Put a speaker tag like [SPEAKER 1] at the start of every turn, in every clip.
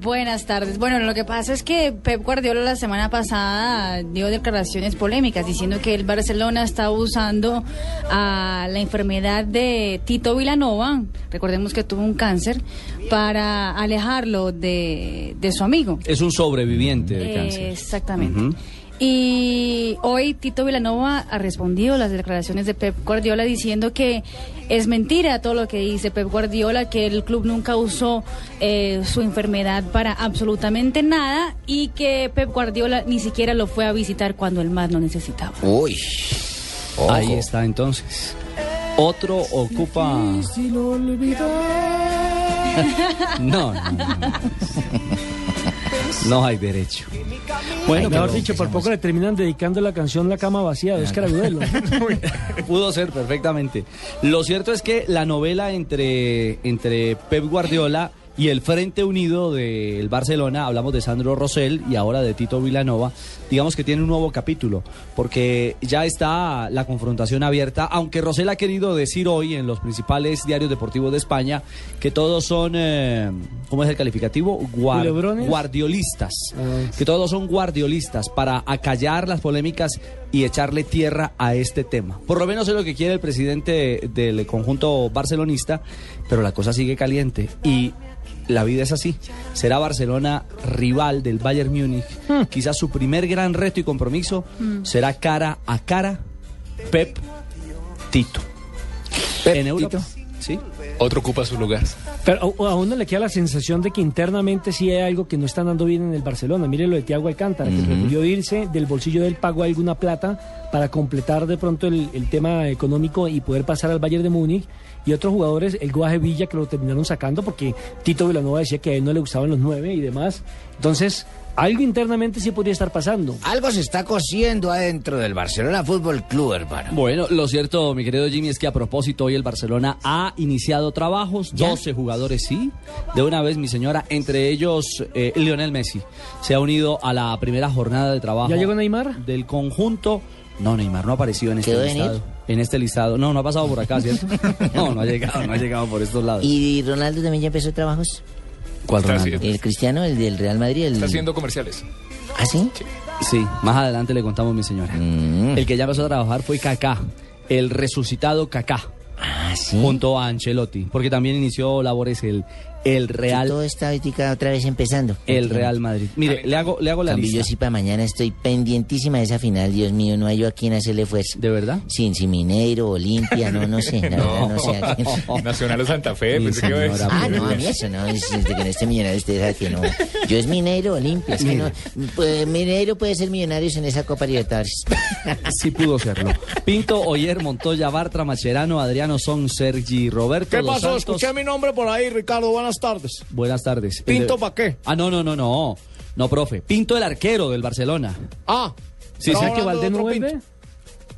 [SPEAKER 1] Buenas tardes. Bueno, lo que pasa es que Pep Guardiola la semana pasada dio declaraciones polémicas diciendo que el Barcelona está usando a la enfermedad de Tito Vilanova, recordemos que tuvo un cáncer, para alejarlo de, de su amigo.
[SPEAKER 2] Es un sobreviviente
[SPEAKER 1] Eh,
[SPEAKER 2] de cáncer.
[SPEAKER 1] Exactamente. Y hoy Tito Vilanova ha respondido las declaraciones de Pep Guardiola diciendo que es mentira todo lo que dice Pep Guardiola, que el club nunca usó eh, su enfermedad para absolutamente nada y que Pep Guardiola ni siquiera lo fue a visitar cuando el más lo necesitaba.
[SPEAKER 3] Uy. Ojo.
[SPEAKER 2] Ahí está entonces. Otro ocupa. No, no, no, no. No hay derecho.
[SPEAKER 4] Bueno, mejor
[SPEAKER 2] pero-
[SPEAKER 4] dicho, por poco le terminan dedicando la canción La cama vacía de Oscar Agudelo.
[SPEAKER 2] Pudo ser perfectamente. Lo cierto es que la novela entre, entre Pep Guardiola y el Frente Unido del Barcelona, hablamos de Sandro Rosell y ahora de Tito Vilanova, digamos que tiene un nuevo capítulo, porque ya está la confrontación abierta, aunque Rosell ha querido decir hoy en los principales diarios deportivos de España que todos son, eh, ¿cómo es el calificativo? Guar-
[SPEAKER 4] ¿Culebrones?
[SPEAKER 2] guardiolistas,
[SPEAKER 4] Ah.
[SPEAKER 2] que todos son guardiolistas para acallar las polémicas y echarle tierra a este tema. Por lo menos es lo que quiere el presidente del conjunto barcelonista, pero la cosa sigue caliente y la vida es así. Será Barcelona rival del Bayern Múnich.
[SPEAKER 3] Hmm.
[SPEAKER 2] Quizás su primer gran reto y compromiso será cara a cara Pep Tito.
[SPEAKER 3] Pep,
[SPEAKER 2] en Europa.
[SPEAKER 3] Tito.
[SPEAKER 2] Sí.
[SPEAKER 5] Otro ocupa su lugar.
[SPEAKER 4] Pero a a uno le queda la sensación de que internamente sí hay algo que no está andando bien en el Barcelona. Mire lo de Tiago Alcántara, que prefirió irse del bolsillo del pago a alguna plata para completar de pronto el, el tema económico y poder pasar al Bayern de Múnich. Y otros jugadores, el Guaje Villa, que lo terminaron sacando porque Tito Vilanova decía que a él no le gustaban los nueve y demás. Entonces, algo internamente sí podría estar pasando.
[SPEAKER 3] Algo se está cosiendo adentro del Barcelona Fútbol Club, hermano.
[SPEAKER 2] Bueno, lo cierto, mi querido Jimmy, es que a propósito hoy el Barcelona ha iniciado trabajos, 12 jugadores sí, de una vez mi señora, entre ellos eh, Lionel Messi, se ha unido a la primera jornada de trabajo.
[SPEAKER 4] ¿Ya llegó Neymar?
[SPEAKER 2] Del conjunto, no, Neymar no ha aparecido en este
[SPEAKER 3] ¿Quedó de
[SPEAKER 2] listado.
[SPEAKER 3] ir?
[SPEAKER 2] En este listado, no, no ha pasado por acá, ¿cierto? No, no ha llegado, no ha llegado por estos lados.
[SPEAKER 6] ¿Y Ronaldo también ya empezó trabajos?
[SPEAKER 2] ¿Cuál
[SPEAKER 5] Está
[SPEAKER 2] Ronaldo?
[SPEAKER 5] haciendo-
[SPEAKER 6] El cristiano, el del Real Madrid. El...
[SPEAKER 5] está haciendo comerciales.
[SPEAKER 6] ¿Ah, sí?
[SPEAKER 2] Sí, más adelante le contamos, mi señora. El que ya empezó a trabajar fue Kaká, el resucitado Kaká.
[SPEAKER 6] Ah, sí.
[SPEAKER 2] junto a Ancelotti, porque también inició labores el, el
[SPEAKER 6] Sí, Todo
[SPEAKER 2] Real
[SPEAKER 6] está ahorita otra vez empezando.
[SPEAKER 2] el Real Madrid. Mire, le hago le hago la
[SPEAKER 6] Cambio, yo
[SPEAKER 2] lista.
[SPEAKER 6] sí para mañana estoy pendientísima de esa final. Dios mío, no hay yo a quién hacerle fuerza.
[SPEAKER 2] ¿De verdad?
[SPEAKER 6] Sí, si Mineiro, Olimpia, no, no sé. La verdad, no sé a quién.
[SPEAKER 5] Nacional de Santa Fe,
[SPEAKER 2] Mi
[SPEAKER 5] pensé que iba a decir.
[SPEAKER 2] señora,
[SPEAKER 6] Ah, no, a
[SPEAKER 2] pues.
[SPEAKER 6] mí eso no, es, es de que no esté millonario usted sabe que no. Yo es minero, Olimpia, es que no. pues, minero puede ser millonarios en esa Copa Libertadores.
[SPEAKER 2] Sí pudo serlo. Pinto, Oyer, Montoya, Bartra, Macherano, Adriano Son, Sergi, Roberto.
[SPEAKER 7] ¿Qué
[SPEAKER 2] Dos
[SPEAKER 7] pasó?
[SPEAKER 2] Santos.
[SPEAKER 7] Escuché mi nombre por ahí, Ricardo. Buenas tardes.
[SPEAKER 2] Buenas tardes.
[SPEAKER 7] ¿Pinto
[SPEAKER 2] El de-
[SPEAKER 7] pa' qué?
[SPEAKER 2] Ah, no, no, no, no. No, profe. Pinto el arquero del Barcelona.
[SPEAKER 7] Ah,
[SPEAKER 2] Sí,
[SPEAKER 7] estaba
[SPEAKER 2] sí.
[SPEAKER 4] ¿Será
[SPEAKER 7] hablando
[SPEAKER 4] que
[SPEAKER 7] de
[SPEAKER 4] Valdés no
[SPEAKER 7] otro
[SPEAKER 4] vuelve?
[SPEAKER 7] pinto.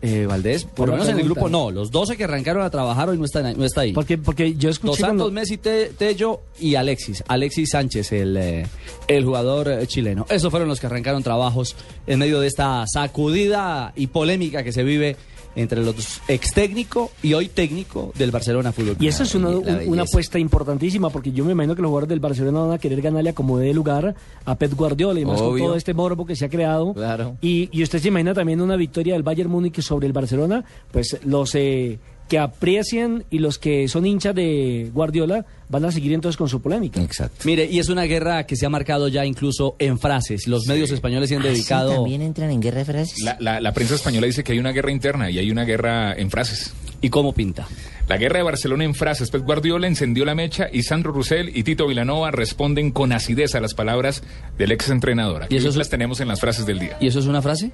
[SPEAKER 2] Eh, Valdés, por lo
[SPEAKER 4] Buena
[SPEAKER 2] menos en el
[SPEAKER 4] pregunta.
[SPEAKER 2] grupo no. Los 12 que arrancaron a trabajar hoy no están ahí- no está ahí.
[SPEAKER 4] Porque, porque yo escuché...
[SPEAKER 2] Dos
[SPEAKER 4] cuando-
[SPEAKER 2] Santos, Messi, Te- Tello y Alexis. Alexis Sánchez, el, eh, el jugador eh, chileno. Esos fueron los que arrancaron trabajos en medio de esta sacudida y polémica que se vive entre los ex técnico y hoy técnico del Barcelona Fútbol Club.
[SPEAKER 4] Y eso es una,
[SPEAKER 3] La
[SPEAKER 4] un- una
[SPEAKER 3] belleza.
[SPEAKER 4] apuesta importantísima, porque yo me imagino que los jugadores del Barcelona van a querer ganarle a como dé lugar a Pep Guardiola y más con
[SPEAKER 3] Obvio.
[SPEAKER 4] todo este morbo que se ha creado.
[SPEAKER 3] Claro.
[SPEAKER 4] Y, y usted se imagina también una victoria del Bayern Múnich sobre el Barcelona, pues los eh, que aprecian y los que son hinchas de Guardiola van a seguir entonces con su polémica.
[SPEAKER 3] Exacto.
[SPEAKER 2] Mire, y es una guerra que se ha marcado ya incluso en frases. Los medios españoles se han
[SPEAKER 6] Ah, sí,
[SPEAKER 2] dedicado...
[SPEAKER 6] también entran en guerra de frases.
[SPEAKER 5] La, la- la prensa española dice que hay una guerra interna y hay una guerra en frases.
[SPEAKER 2] ¿Y cómo pinta?
[SPEAKER 5] La guerra de Barcelona en frases. Pep Guardiola encendió la mecha y Sandro Russell y Tito Vilanova responden con acidez a las palabras del ex entrenador.
[SPEAKER 2] Y
[SPEAKER 5] y
[SPEAKER 2] eso
[SPEAKER 5] eso
[SPEAKER 2] es-
[SPEAKER 5] las tenemos en las frases del día.
[SPEAKER 2] ¿Y eso es una frase?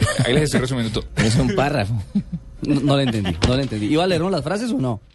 [SPEAKER 5] Ahí les estoy resumiendo todo.
[SPEAKER 3] Es un párrafo.
[SPEAKER 2] No, no la entendí, no la entendí. ¿Iba a leernos las frases o no?